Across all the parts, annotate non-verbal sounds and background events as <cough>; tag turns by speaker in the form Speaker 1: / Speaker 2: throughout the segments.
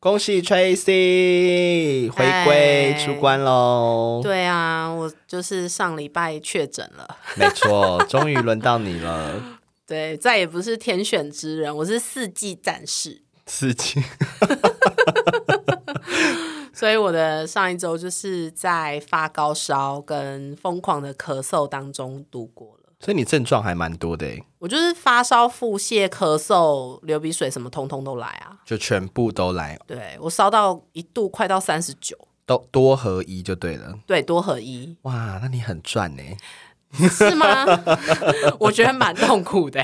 Speaker 1: 恭喜 Tracy 回归
Speaker 2: 嗨
Speaker 1: 出关喽！
Speaker 2: 对啊，我就是上礼拜确诊了，
Speaker 1: 没错，终于轮到你了，
Speaker 2: 对，再也不是天选之人，我是四季战士，
Speaker 1: 刺激。
Speaker 2: 所以我的上一周就是在发高烧跟疯狂的咳嗽当中度过了。
Speaker 1: 所以你症状还蛮多的诶，
Speaker 2: 我就是发烧、腹泻、咳嗽、流鼻水，什么通通都来啊！
Speaker 1: 就全部都来，
Speaker 2: 对我烧到一度快到三十九，
Speaker 1: 都多合一就对了。
Speaker 2: 对，多合一
Speaker 1: 哇，那你很赚呢。
Speaker 2: 是吗？ <laughs> 我觉得蛮痛苦的、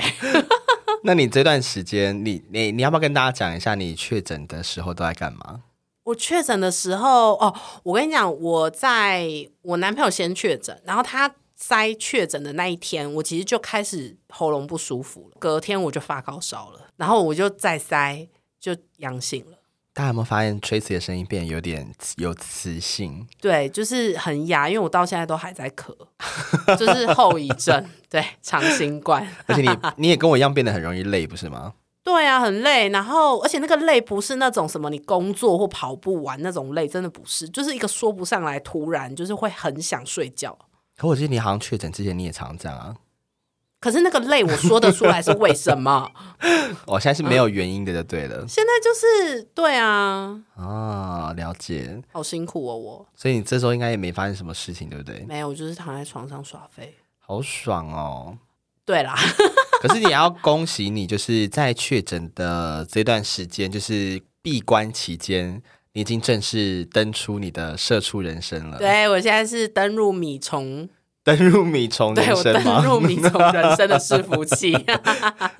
Speaker 1: 那你这段时间，你你你要不要跟大家讲一下你确诊的时候都在干嘛？
Speaker 2: 我确诊的时候，哦，我跟你讲，我在我男朋友先确诊，然后他塞确诊的那一天，我其实就开始喉咙不舒服了，隔天我就发高烧了，然后我就再塞就阳性了。
Speaker 1: 大家有没有发现 Tracy 的声音变得有点有磁性？
Speaker 2: 对，就是很哑，因为我到现在都还在咳， <laughs> 就是后遗症，对，长新冠。
Speaker 1: 而且你你也跟我一样变得很容易累，不是吗？
Speaker 2: 对啊，很累，然后而且那个累不是那种什么你工作或跑步完那种累，真的不是，就是一个说不上来，突然就是会很想睡觉。
Speaker 1: 可我记得你好像确诊之前你也常这样啊。
Speaker 2: 可是那个累，我说得出来是为什
Speaker 1: <laughs>
Speaker 2: 么？
Speaker 1: 我、哦现在是没有原因的，就对了。
Speaker 2: 现在就是对啊，
Speaker 1: 啊，了解。
Speaker 2: 好辛苦哦，我
Speaker 1: 所以你这时候应该也没发生什么事情，对不对？
Speaker 2: 没有，我就是躺在床上耍废。
Speaker 1: 好爽哦！
Speaker 2: 对啦，
Speaker 1: 可是你也要恭喜你，就是在确诊的这段时间，就是闭关期间，你已经正式登出你的社畜人生了。，
Speaker 2: 对我现在是登入米虫，
Speaker 1: <laughs> 登入米虫
Speaker 2: 对
Speaker 1: 哦人
Speaker 2: 我
Speaker 1: 生
Speaker 2: 登
Speaker 1: 吗？
Speaker 2: 入米虫人生的伺服
Speaker 1: <laughs>
Speaker 2: 器。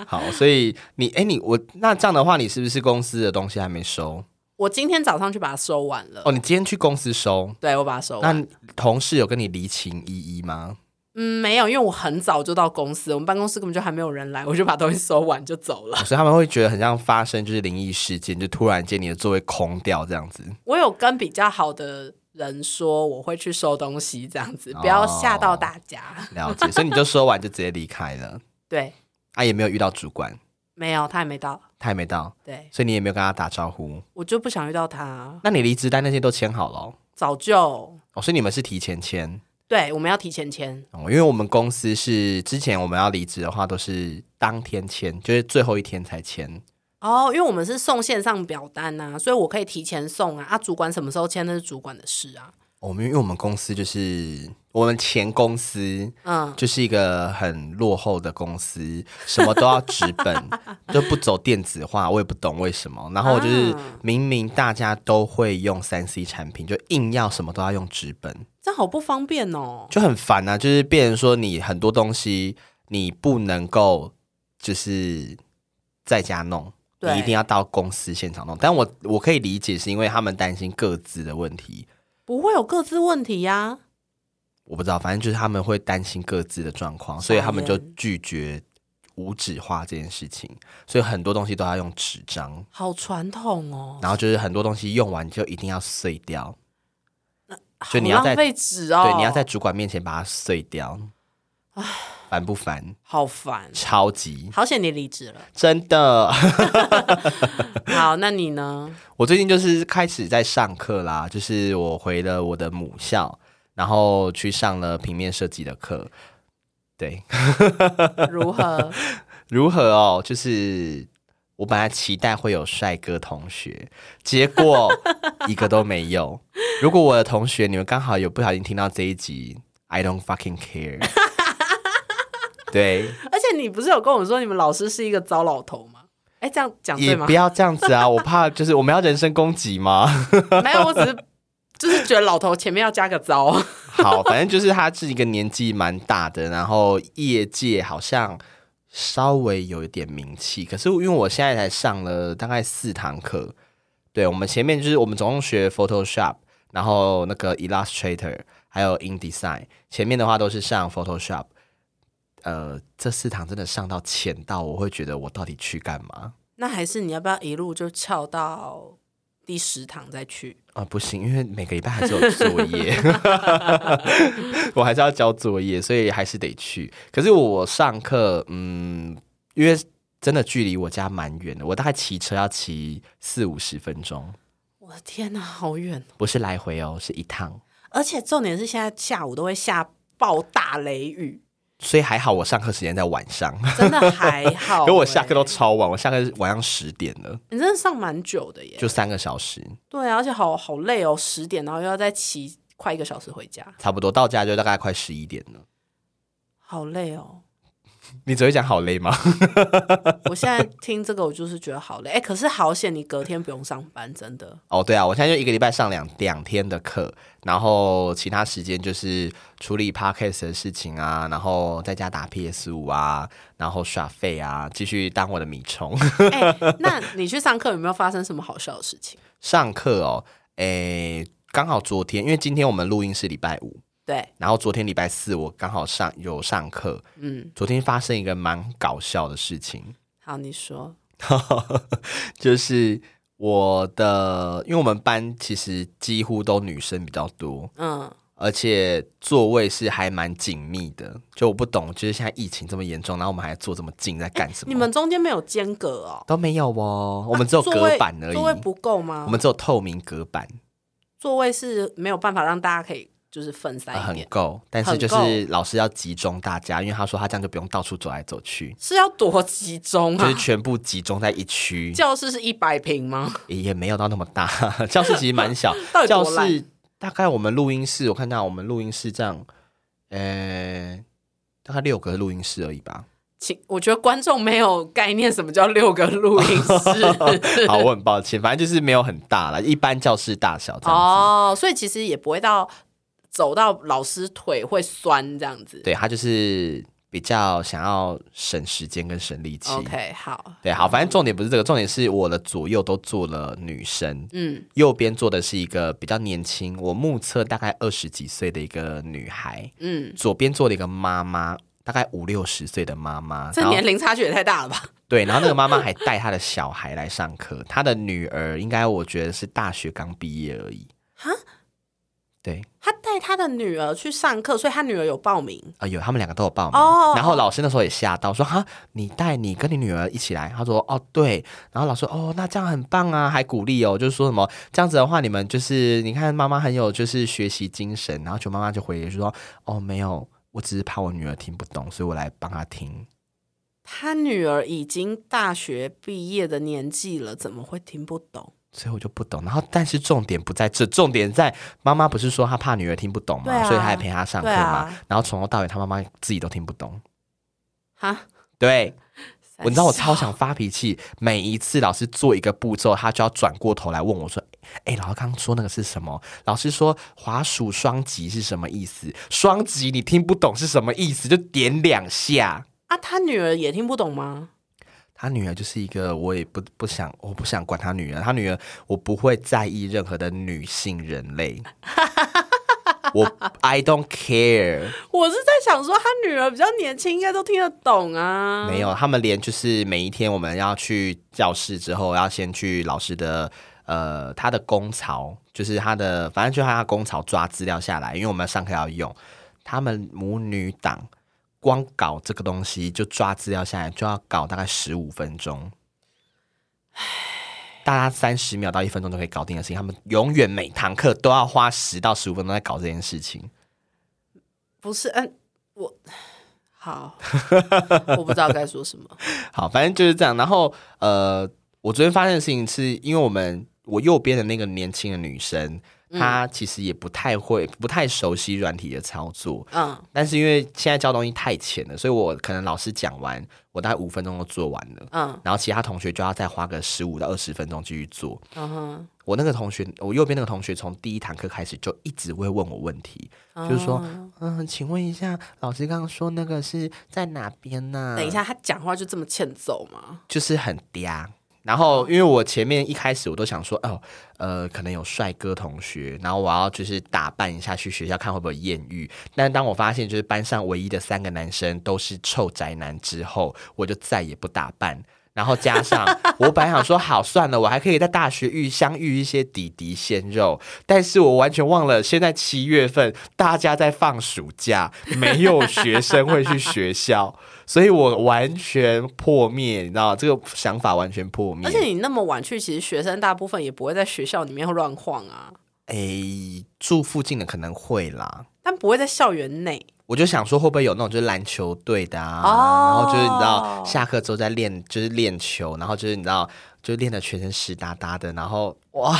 Speaker 1: 好，所以你哎，你我那这样的话，你是不是公司的东西还没收？
Speaker 2: 我今天早上去把它收完了，
Speaker 1: 哦，你今天去公司收，
Speaker 2: 对我把它收完。
Speaker 1: 那同事有跟你离情依依吗？ <laughs>
Speaker 2: 嗯，没有，因为我很早就到公司，我们办公室根本就还没有人来，我就把东西收完就走了。
Speaker 1: 所以他们会觉得很像发生就是灵异事件，就突然间你的座位空掉这样子。
Speaker 2: 我有跟比较好的人说我会去收东西，这样子
Speaker 1: 哦
Speaker 2: 不要吓到大家。
Speaker 1: 了解，所以你就收完就直接离开了，
Speaker 2: 对，
Speaker 1: 啊，也没有遇到主管，
Speaker 2: 没有，他还没到。
Speaker 1: 他也没到，
Speaker 2: 对，
Speaker 1: 所以你也没有跟他打招呼。
Speaker 2: 我就不想遇到他，啊
Speaker 1: 那你离职单那些都签好了哦、
Speaker 2: 早就
Speaker 1: 哦，所以你们是提前签
Speaker 2: 对，我们要提前签。
Speaker 1: 哦，因为我们公司是之前我们要离职的话都是当天签，就是最后一天才签。
Speaker 2: 哦，因为我们是送线上表单呐、所以我可以提前送啊。啊，主管什么时候签那是主管的事啊。
Speaker 1: 哦我们因为我们公司就是我们前公司
Speaker 2: 嗯，
Speaker 1: 就是一个很落后的公司，什么都要纸
Speaker 2: <laughs>
Speaker 1: 本，就不走电子化，我也不懂为什么。然后就是
Speaker 2: 啊
Speaker 1: 明明大家都会用三 C 产品，就硬要什么都要用纸本，
Speaker 2: 这好不方便哦。
Speaker 1: 就很烦啊。就是变成说你很多东西你不能够就是在家弄。你
Speaker 2: 对
Speaker 1: 一定要到公司现场弄，但我我可以理解，是因为他们担心各自的问题，
Speaker 2: 不会有各自问题呀、
Speaker 1: 我不知道，反正就是他们会担心各自的状况，所以他们就
Speaker 2: 傻眼
Speaker 1: 拒绝无纸化这件事情，所以很多东西都要用纸张，
Speaker 2: 好传统哦，
Speaker 1: 然后就是很多东西用完就一定要碎掉，就
Speaker 2: 好
Speaker 1: 你要在
Speaker 2: 浪费纸哦，
Speaker 1: 对，你要在主管面前把它碎掉，烦不烦？<laughs>
Speaker 2: 好烦，
Speaker 1: 超级
Speaker 2: 好险你离职了。
Speaker 1: 真的， <laughs>
Speaker 2: 好，那你呢？
Speaker 1: 我最近就是开始在上课啦，就是我回了我的母校，然后去上了平面设计的课，对。
Speaker 2: 如何？ <laughs>
Speaker 1: 如何哦？就是我本来期待会有帅哥同学，结果一个都没有。如果我的同学你们刚好有不小心听到这一集，I don't fucking
Speaker 2: <laughs>
Speaker 1: care。对，
Speaker 2: 而且你不是有跟我说你们老师是一个糟老头吗？哎，这样讲对
Speaker 1: 也
Speaker 2: 吗
Speaker 1: 不？要这样子啊！我怕就是我们要人身攻击吗？
Speaker 2: 没有，我只是就是觉得老头前面要加个糟。
Speaker 1: 好，反正就是他是一个年纪蛮大的，然后业界好像稍微有一点名气。可是因为我现在才上了大概四堂课，对我们前面就是我们总共学 Photoshop，然后那个 Illustrator，还有 InDesign，前面的话都是上 Photoshop。呃，这四堂真的上到浅到，我会觉得我到底去干嘛？
Speaker 2: 那还是你要不要一路就翘到第十堂再去？
Speaker 1: 啊、不行，因为每个礼拜还是有作业， <laughs> 我还是要交作业，所以还是得去。可是我上课，嗯，因为真的距离我家蛮远的，我大概骑车要骑四五十分钟，
Speaker 2: 我的天哪，好远！
Speaker 1: 不是来回哦，是一趟。
Speaker 2: 而且重点是现在下午都会下暴大雷雨，
Speaker 1: 所以还好我上课时间在晚上，
Speaker 2: 真的 <laughs> 还好、欸。
Speaker 1: 可我下课都超晚，我下课是晚上十点了，
Speaker 2: 你真的上蛮久的耶，
Speaker 1: 就三个小时，
Speaker 2: 对啊，而且好好累哦，十点然后又要再骑快一个小时回家，
Speaker 1: 差不多到家就大概快十一点了。
Speaker 2: 好累哦。
Speaker 1: 你只会讲好累吗？
Speaker 2: 我现在听这个，我就是觉得好累。哎、可是好险，你隔天不用上班，真 <laughs> 的。
Speaker 1: 哦，对啊，我现在就一个礼拜上两两天的课，然后其他时间就是处理 podcast 的事情啊，然后在家打 PS 五啊，然后耍废啊，继续当我的米虫。 <laughs>
Speaker 2: 哎、那你去上课有没有发生什么好笑的事情？
Speaker 1: 上课哦，诶，刚好昨天，因为今天我们录音是礼拜五，
Speaker 2: 对，
Speaker 1: 然后昨天礼拜四我刚好上有上课，
Speaker 2: 嗯，
Speaker 1: 昨天发生一个蛮搞笑的事情，
Speaker 2: 好，你说，
Speaker 1: 就是我的，因为我们班其实几乎都女生比较多，
Speaker 2: 嗯，
Speaker 1: 而且座位是还蛮紧密的，就我不懂，就是现在疫情这么严重，然后我们还坐这么近，在干什么？
Speaker 2: 你们中间没有间隔哦，
Speaker 1: 都没有哦，我们只有
Speaker 2: 座位
Speaker 1: 隔板而已，
Speaker 2: 啊座位不够吗？
Speaker 1: 我们只有透明隔板，
Speaker 2: 座位是没有办法让大家可以就是分散
Speaker 1: 呃
Speaker 2: 一
Speaker 1: 很
Speaker 2: 点，
Speaker 1: 够，但是
Speaker 2: 很
Speaker 1: 就是老师要集中大家，因为他说他这样就不用到处走来走去，
Speaker 2: 是要多集中
Speaker 1: 就
Speaker 2: 啊
Speaker 1: 是？全部集中在一区，
Speaker 2: 教室是一百平吗？
Speaker 1: 也没有到那么大， <laughs> 教室其实蛮小
Speaker 2: <laughs> 到，底
Speaker 1: 教
Speaker 2: 多烂
Speaker 1: 室大概我们录音室，我看到我们录音室这样，呃，大概六个录音室而已吧。
Speaker 2: 请，我觉得观众没有概念什么叫六个录音
Speaker 1: <laughs>
Speaker 2: 室
Speaker 1: 好，我很抱歉，反正就是没有很大啦，一般教室大小这样子。
Speaker 2: 哦，所以其实也不会到走到老师腿会酸这样子。
Speaker 1: 对他就是比较想要省时间跟省力气。
Speaker 2: ，OK，好，
Speaker 1: 对，好，反正重点不是这个，重点是我的左右都坐了女生，
Speaker 2: 嗯，
Speaker 1: 右边坐的是一个比较年轻，我目测大概二十几岁的一个女孩，
Speaker 2: 嗯，
Speaker 1: 左边坐了一个妈妈，大概五六十岁的妈妈，
Speaker 2: 这
Speaker 1: 然后
Speaker 2: 年龄差距也太大了吧？
Speaker 1: 对，然后那个妈妈还带她的小孩来上课，她的女儿应该我觉得是大学刚毕业而已。
Speaker 2: 哈，
Speaker 1: 对，
Speaker 2: 他带他的女儿去上课，所以他女儿有报名。
Speaker 1: 啊、有，他们两个都有报名。
Speaker 2: 哦
Speaker 1: 然后老师那时候也吓到，说哈，你带你跟你女儿一起来。他说哦，对。然后老师说哦，那这样很棒啊，还鼓励哦，就是说什么这样子的话，你们就是你看妈妈很有就是学习精神。然后就妈妈就回就说哦，没有，我只是怕我女儿听不懂，所以我来帮她听。
Speaker 2: 他女儿已经大学毕业的年纪了，怎么会听不懂？
Speaker 1: 所以我就不懂。然后，但是重点不在这，重点在妈妈不是说她怕女儿听不懂嘛，
Speaker 2: 对啊
Speaker 1: 所以她还陪她上课嘛。
Speaker 2: 对啊
Speaker 1: 然后从头到尾，她妈妈自己都听不懂。
Speaker 2: 哈，
Speaker 1: 对，我你知道我
Speaker 2: 三
Speaker 1: 超想发脾气，每一次老师做一个步骤，他就要转过头来问我说：“哎、老师刚刚说那个是什么？老师说滑鼠双击是什么意思？双击你听不懂是什么意思？就点两下。”
Speaker 2: 啊，他女儿也听不懂吗？
Speaker 1: <laughs> 他女儿就是一个，我也不不想，我不想管他女儿。他女儿，我不会在意任何的女性人 <laughs> 类。我 I don't care，、
Speaker 2: 我是在想说，他女儿比较年轻，应该都听得懂啊。
Speaker 1: 没有，他们连就是每一天我们要去教室之后，要先去老师的呃他的公槽，就是他的，反正就他的公槽抓资料下来，因为我们上课要用。他们母女档光搞这个东西，就抓资料下来就要搞大概十五分钟。大家三十秒到一分钟就可以搞定的事情，他们永远每堂课都要花十到十五分钟在搞这件事情。
Speaker 2: 不是，嗯，我好， <laughs> 我不知道该说什么。
Speaker 1: 好，反正就是这样。然后呃，我昨天发现的事情是因为我们我右边的那个年轻的女生，她其实也不太会、不太熟悉软体的操作，
Speaker 2: 嗯，
Speaker 1: 但是因为现在教东西太浅了，所以我可能老师讲完，我大概五分钟就做完了。
Speaker 2: 嗯
Speaker 1: 然后其他同学就要再花个十五到二十分钟继续做。
Speaker 2: 嗯哼，
Speaker 1: 我那个同学，我右边那个同学，从第一堂课开始就一直会问我问题，就是说，嗯，请问一下，老师刚刚说那个是在哪边呢、
Speaker 2: 等一，下，他讲话就这么欠揍吗？
Speaker 1: 就是很嗲。然后，因为我前面一开始我都想说，哦，呃，可能有帅哥同学，然后我要就是打扮一下去学校看会不会有艳遇。但当我发现就是班上唯一的三个男生都是臭宅男之后，我就再也不打扮。然后加上 <laughs> 我本来想说好算了，我还可以在大学遇相遇一些弟弟鲜肉，但是我完全忘了现在七月份大家在放暑假，没有学生会去学校，所以我完全破灭，你知道这个想法完全破灭。
Speaker 2: <laughs> 而且你那么晚去，其实学生大部分也不会在学校里面乱晃啊，
Speaker 1: 诶，住附近的可能会啦。
Speaker 2: 但不会在校园内。
Speaker 1: 我就想说，会不会有那种就是篮球队的啊？
Speaker 2: 哦
Speaker 1: 然后就是你知道，下课之后在练，就是练球，然后就是你知道，就练的全身湿哒哒的，然后哇，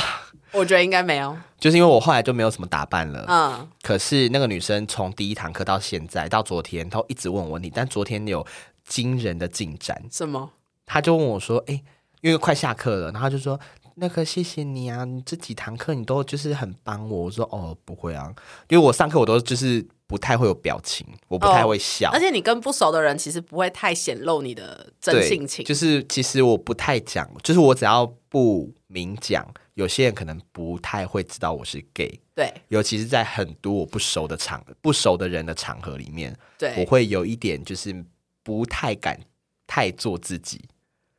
Speaker 2: 我觉得应该没有。
Speaker 1: 就是因为我后来就没有什么打扮了。
Speaker 2: 嗯，
Speaker 1: 可是那个女生从第一堂课到现在到昨天，她一直问我问题，但昨天有惊人的进展，
Speaker 2: 什么？
Speaker 1: 她就问我说：“诶，因为快下课了，然后她就说。”那个谢谢你啊，你这几堂课你都就是很帮我。我说哦不会啊，因为我上课我都就是不太会有表情，我不太
Speaker 2: 哦
Speaker 1: 会笑。
Speaker 2: 而且你跟不熟的人其实不会太显露你的真
Speaker 1: 对，
Speaker 2: 性情。
Speaker 1: 就是其实我不太讲，就是我只要不明讲，有些人可能不太会知道我是 gay，
Speaker 2: 对
Speaker 1: 尤其是在很多我不熟的场、不熟的人的场合里面，我
Speaker 2: 对，
Speaker 1: 会有一点就是不太敢太做自己，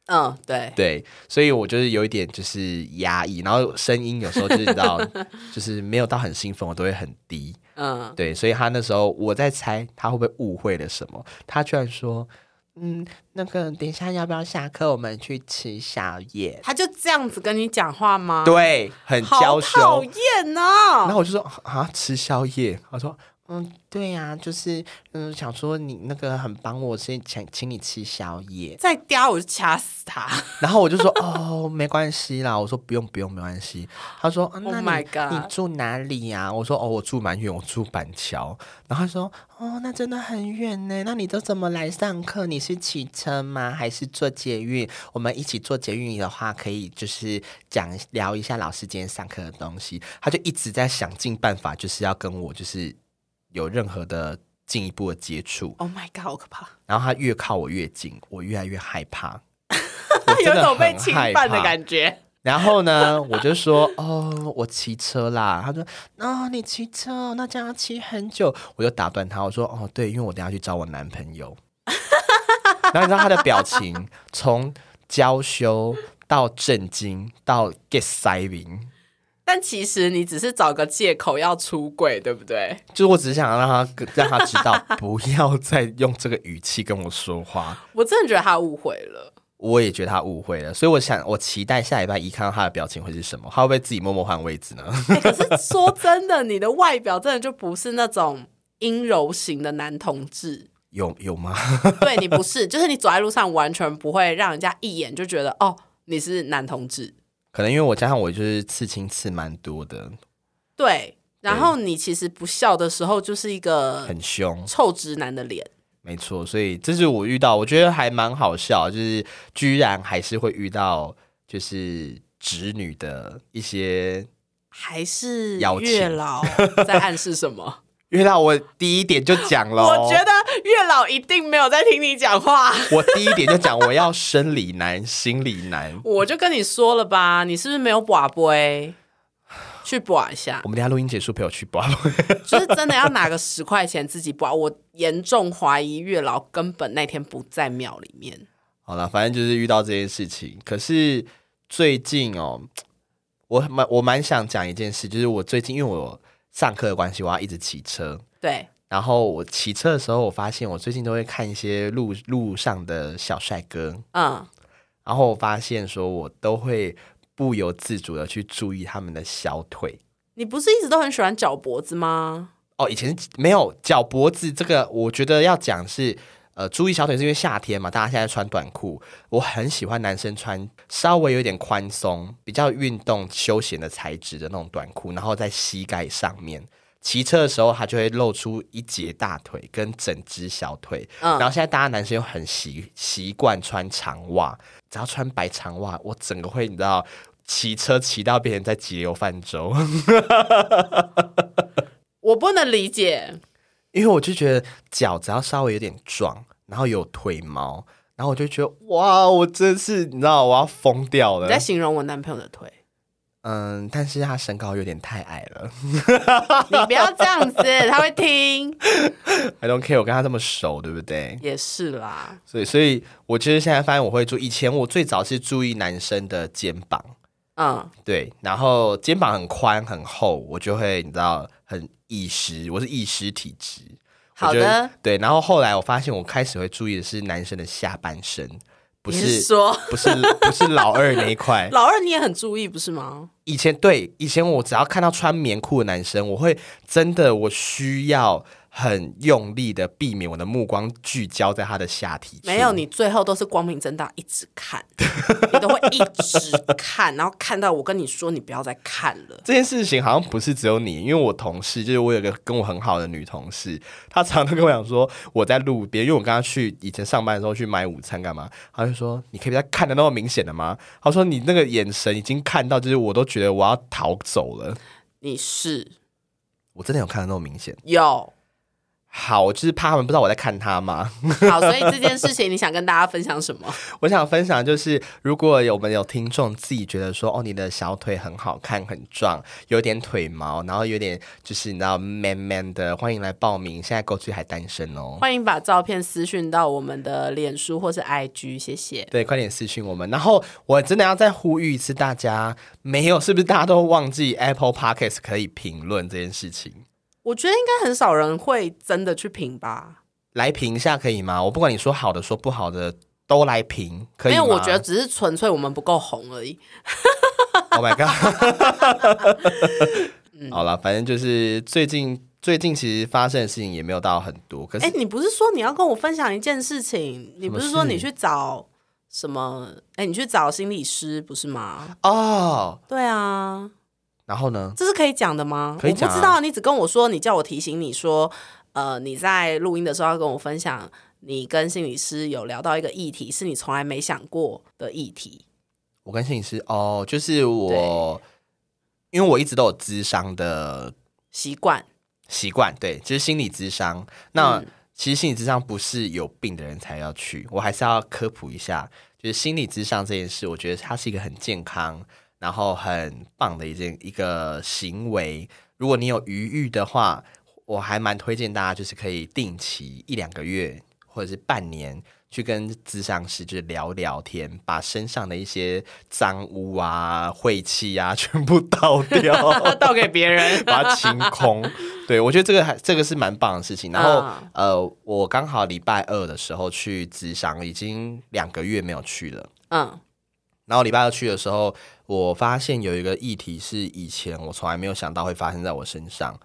Speaker 2: 嗯对，
Speaker 1: 对，所以我就是有一点就是压抑，然后声音有时候就是你知道，就是没有到很兴奋，我都会很低。
Speaker 2: 嗯，
Speaker 1: 对，所以他那时候我在猜他会不会误会了什么，他居然说。嗯，那个等一下要不要下课？我们去吃宵夜。
Speaker 2: 他就这样子跟你讲话吗？，
Speaker 1: 对，很娇
Speaker 2: 好讨
Speaker 1: 羞。
Speaker 2: 厌
Speaker 1: 然
Speaker 2: 哦。
Speaker 1: 后我就说啊，吃宵夜。他说嗯，对呀、就是嗯，想说你那个很帮我，所以请请你吃宵夜。
Speaker 2: 再叼我就掐死他
Speaker 1: 然后我就说 <laughs> 哦，没关系啦，我说不用不用，没关系。他说、啊、那你、
Speaker 2: Oh my god
Speaker 1: 你住哪里呀、我说哦，我住蛮远，我住板桥。然后他说哦，那真的很远呢。那你都怎么来上课？你是骑车吗？还是坐捷运？我们一起坐捷运的话，可以就是讲聊一下老师今天上课的东西。他就一直在想尽办法，就是要跟我就是有任何的进一步的接触。
Speaker 2: ！Oh my god，好可怕，
Speaker 1: 然后他越靠我越近，我越来越害
Speaker 2: <laughs>
Speaker 1: 怕。
Speaker 2: 有一种被侵犯的
Speaker 1: 觉。
Speaker 2: 感觉。
Speaker 1: 然后呢，我就说 <laughs> 哦，我骑车啦。他说哦，你骑车哦，那这样要骑很久。我就打断他，我说哦，对，因为我等一下去找我男朋
Speaker 2: <laughs>
Speaker 1: 友。然后你知道他的表情，从娇羞到震惊到 get 塞宾，
Speaker 2: 但其实你只是找个借口要出轨，对不对？
Speaker 1: 就是我只是想让他让他知道， <laughs> 不要再用这个语气跟我说话。
Speaker 2: 我真的觉得他误会了。
Speaker 1: 我也觉得他误会了，所以我想，我期待下礼拜一看到他的表情会是什么，他会不会自己默默换位置呢？
Speaker 2: 欸可是说真的，你的外表真的就不是那种阴柔型的男同志，
Speaker 1: <laughs> 有有吗？
Speaker 2: 对你不是，就是你走在路上完全不会让人家一眼就觉得哦你是男同志，
Speaker 1: <laughs> 可能因为我加上我就是刺青刺蛮多的，
Speaker 2: 对。然后你其实不笑的时候就是一个
Speaker 1: 很凶，
Speaker 2: 臭直男的脸，
Speaker 1: 没错，所以这是我遇到，我觉得还蛮好笑，就是居然还是会遇到就是直女的一些。
Speaker 2: 还是
Speaker 1: 妖气
Speaker 2: 月老在暗示
Speaker 1: <laughs>
Speaker 2: 什么？
Speaker 1: 遇到我第一点就讲了，哦
Speaker 2: <laughs> 我觉得月老一定没有在听你讲话。
Speaker 1: 我第一点就讲我要生理男、心理男。
Speaker 2: 我就跟你说了吧，你是不是没有把杯？去把一下
Speaker 1: 我，们等一下录音结束陪我去吧。
Speaker 2: 就是真的要拿个十块钱自己把。我严重怀疑月老根本那天不在庙里面。
Speaker 1: 好了，反正就是遇到这件事情。可是最近哦，我蛮我蛮想讲一件事，就是我最近因为我上课的关系，我要一直骑车。
Speaker 2: 对，
Speaker 1: 然后我骑车的时候，我发现我最近都会看一些路路上的小帅哥，
Speaker 2: 嗯，
Speaker 1: 然后我发现说我都会不由自主的去注意他们的小腿。
Speaker 2: 你不是一直都很喜欢脚脖子吗？
Speaker 1: 哦，以前没有脚脖子这个，我觉得要讲是，呃，注意小腿是因为夏天嘛，大家现在穿短裤，我很喜欢男生穿稍微有点宽松、比较运动休闲的材质的那种短裤，然后在膝盖上面。骑车的时候，它就会露出一截大腿跟整只小腿，
Speaker 2: 嗯
Speaker 1: 然后现在大家男生又很习习惯穿长袜，只要穿白长袜，我整个会你知道，骑车骑到别人在急流泛舟。
Speaker 2: 我不能理解，
Speaker 1: 因为我就觉得脚只要稍微有点壮，然后有腿毛，然后我就觉得哇，我真是你知道我要疯掉
Speaker 2: 你
Speaker 1: 了 <laughs>
Speaker 2: 在。形容我男朋友的腿。
Speaker 1: 嗯，但是他身高有点太矮了。
Speaker 2: 你不要这样子，他会听。
Speaker 1: I don't care，我跟他这么熟，对不对？
Speaker 2: 也是啦，
Speaker 1: 所以，所以我其实现在发现我会注意，以前我最早是注意男生的肩膀，
Speaker 2: 嗯，
Speaker 1: 对，然后肩膀很宽很厚，我就会你知道很易湿，我是易湿体质。我
Speaker 2: 好
Speaker 1: 觉得
Speaker 2: 的，
Speaker 1: 对，然后后来我发现我开始会注意的是男生的下半身，不
Speaker 2: 你
Speaker 1: 是哎
Speaker 2: 说
Speaker 1: 不是 <laughs> 不是老二那一块。
Speaker 2: 老二你也很注意不是吗？
Speaker 1: 以前对以前我只要看到穿棉裤的男生，我会真的我需要很用力的避免我的目光聚焦在他的下体处。
Speaker 2: 没有，你最后都是光明正大一直看， <laughs> 你都会一直看，然后看到我跟你说你不要再看了。
Speaker 1: 这件事情好像不是只有你，因为我同事就是我有个跟我很好的女同事，她常常跟我讲说我在路边，因为我跟她去以前上班的时候去买午餐干嘛，她就说你可以不要看的那么明显的吗？她说你那个眼神已经看到，就是我都觉得我要逃走了，
Speaker 2: 你是
Speaker 1: 我真的有看的那么明显。
Speaker 2: 有
Speaker 1: 好，我就是怕他们不知道我在看他嘛。
Speaker 2: 好，所以这件事情你想跟大家分享什么？
Speaker 1: <laughs> 我想分享就是，如果有我们有听众自己觉得说，哦，你的小腿很好看，很壮，有点腿毛，然后有点就是你知道 man man 的，欢迎来报名。现在 Go 去还单身哦。
Speaker 2: 欢迎把照片私讯到我们的脸书或是 IG，谢谢。
Speaker 1: 对，快点私讯我们。然后我真的要再呼吁一次，大家没有是不是大家都忘记 Apple Podcast 可以评论这件事情？
Speaker 2: 我觉得应该很少人会真的去评吧，
Speaker 1: 来评一下可以吗？我不管你说好的说不好的，都来评，可以
Speaker 2: 因为
Speaker 1: 吗？
Speaker 2: 我觉得只是纯粹我们不够红而已。
Speaker 1: Oh my god！好了，反正就是最近最近其实发生的事情也没有到很多，可是
Speaker 2: 哎、你不是说你要跟我分享一件事情？你不是说
Speaker 1: 事
Speaker 2: 你去找什么？哎、你去找心理师不是吗？
Speaker 1: 哦，
Speaker 2: 对啊，
Speaker 1: 然后呢？
Speaker 2: 这是可以讲的吗？
Speaker 1: 可以讲啊
Speaker 2: 我不知道，你只跟我说，你叫我提醒你说，呃，你在录音的时候要跟我分享，你跟心理师有聊到一个议题，是你从来没想过的议题。
Speaker 1: 我跟摄影师哦，就是我，因为我一直都有咨商的
Speaker 2: 习惯，
Speaker 1: 习惯，对，就是心理咨商。那、
Speaker 2: 嗯
Speaker 1: 其实心理咨商不是有病的人才要去，我还是要科普一下，就是心理咨商这件事，我觉得它是一个很健康，然后很棒的一件一个行为。如果你有余裕的话，我还蛮推荐大家就是可以定期一两个月或者是半年。去跟咨商师就是聊聊天，把身上的一些脏污啊、晦气啊全部 <laughs> 倒掉。
Speaker 2: 倒给别人
Speaker 1: 把它清空。对，我觉得这个还这个是蛮棒的事情。然后、
Speaker 2: 啊
Speaker 1: 呃，我刚好礼拜二的时候去咨商，已经两个月没有去了。
Speaker 2: 嗯，
Speaker 1: 然后礼拜二去的时候，我发现有一个议题是以前我从来没有想到会发生在我身上，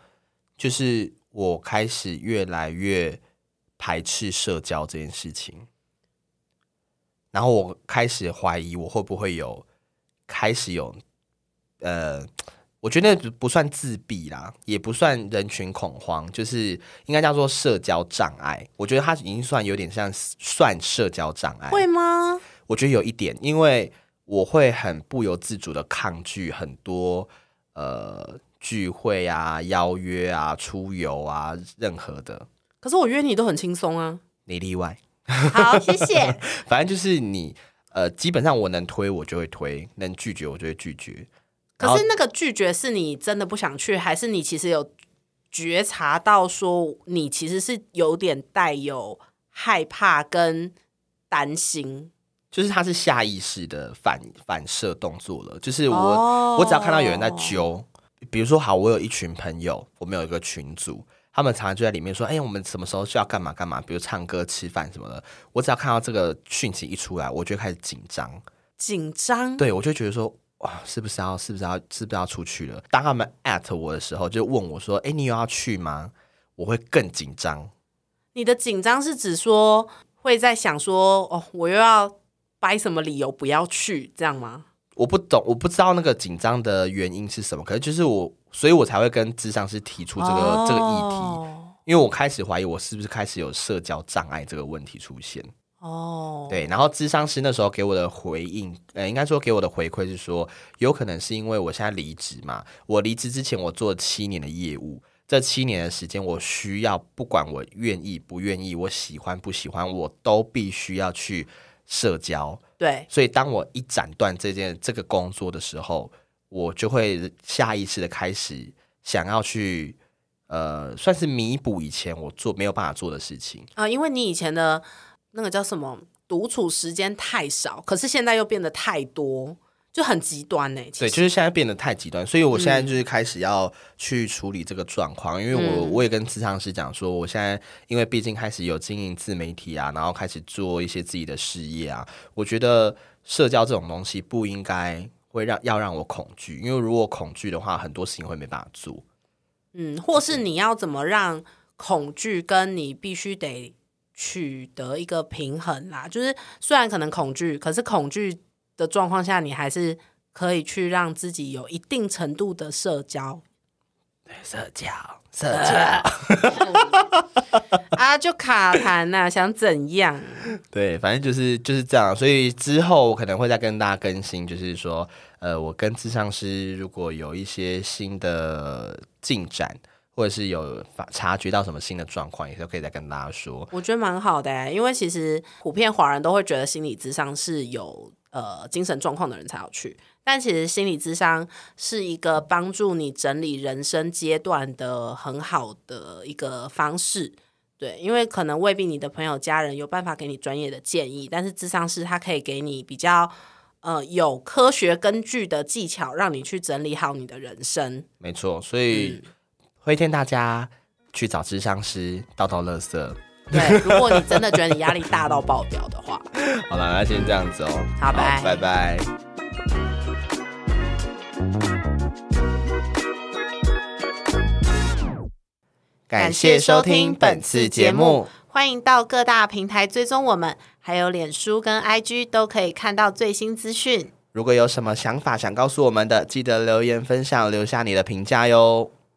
Speaker 1: 就是我开始越来越排斥社交这件事情。然后我开始怀疑我会不会有开始有呃，我觉得不算自闭啦，也不算人群恐慌，就是应该叫做社交障碍。我觉得它已经算有点像算社交障碍，
Speaker 2: 会吗？
Speaker 1: 我觉得有一点，因为我会很不由自主的抗拒很多呃聚会啊、邀约啊、出游啊，任何的，
Speaker 2: 可是我约你都很轻松啊。
Speaker 1: 你例外。
Speaker 2: 好，谢谢。
Speaker 1: 反正就是你呃，基本上我能推我就会推，能拒绝我就会拒绝。然
Speaker 2: 可
Speaker 1: 后
Speaker 2: 是那个拒绝是你真的不想去，还是你其实有觉察到说你其实是有点带有害怕跟担心？
Speaker 1: 就是它是下意识的反反射动作了，就是我、
Speaker 2: 哦
Speaker 1: 我只要看到有人在揪，比如说好，我有一群朋友，我们有一个群组，他们常常就在里面说，哎、我们什么时候就要干嘛干嘛，比如唱歌、吃饭什么的。我只要看到这个讯息一出来，我就开始紧张，
Speaker 2: 紧张，
Speaker 1: 对我就觉得说。哇，是不是要是不是要是不是要出去了？当他们啊 at 我的时候，就问我说：“哎、你有要去吗？”我会更紧张。
Speaker 2: 你的紧张是指说会在想说，哦，我又要掰什么理由不要去，这样吗？
Speaker 1: 我不懂，我不知道那个紧张的原因是什么，可是就是我，所以我才会跟智商师提出这个、这个议题，
Speaker 2: 哦
Speaker 1: 因为我开始怀疑我是不是开始有社交障碍这个问题出现。
Speaker 2: 哦，
Speaker 1: 对，然后智商师那时候给我的回应，呃，应该说给我的回馈是说，有可能是因为我现在离职嘛，我离职之前我做了七年的业务。这七年的时间，我需要不管我愿意不愿意，我喜欢不喜欢，我都必须要去社交，
Speaker 2: 对，
Speaker 1: 所以当我一斩断这件这个工作的时候，我就会下意识的开始想要去呃，算是弥补以前我做没有办法做的事情。
Speaker 2: 啊、因为你以前的那个叫什么独处时间太少，可是现在又变得太多，就很极端呢、其
Speaker 1: 对，
Speaker 2: 实
Speaker 1: 就是现在变得太极端，所以我现在就是开始要去处理这个状况，因为我我也跟咨商师讲说，我现在因为毕竟开始有经营自媒体啊，然后开始做一些自己的事业啊，我觉得社交这种东西不应该会让要让我恐惧，因为如果恐惧的话，很多事情会没办法做。
Speaker 2: 嗯，或是你要怎么让恐惧跟你必须得取得一个平衡啦？就是虽然可能恐惧，可是恐惧的状况下，你还是可以去让自己有一定程度的社交 <laughs>
Speaker 1: 社交，社交，
Speaker 2: 啊，就卡痰呐、想怎
Speaker 1: <laughs>
Speaker 2: 样？啊
Speaker 1: 对，反正就是就是这样，所以之后我可能会再跟大家更新，就是说，呃，我跟智商师如果有一些新的进展，或者是有发察觉到什么新的状况，也都可以再跟大家说。
Speaker 2: 我觉得蛮好的欸、因为其实普遍华人都会觉得心理咨商是有呃精神状况的人才要去，但其实心理咨商是一个帮助你整理人生阶段的很好的一个方式。对，因为可能未必你的朋友、家人有办法给你专业的建议，但是咨商师他可以给你比较呃有科学根据的技巧，让你去整理好你的人生。
Speaker 1: 没错，所以推荐大家去找智商师倒倒垃圾。
Speaker 2: 对，如果你真的觉得你压力大到爆表的话。
Speaker 1: 好了，那先这样子哦。
Speaker 2: 好拜
Speaker 1: 拜拜。感谢收听本次节目，，
Speaker 2: 欢迎到各大平台追踪我们，还有脸书跟 IG 都可以看到最新资讯。
Speaker 1: 如果有什么想法想告诉我们的，记得留言分享，留下你的评价哟。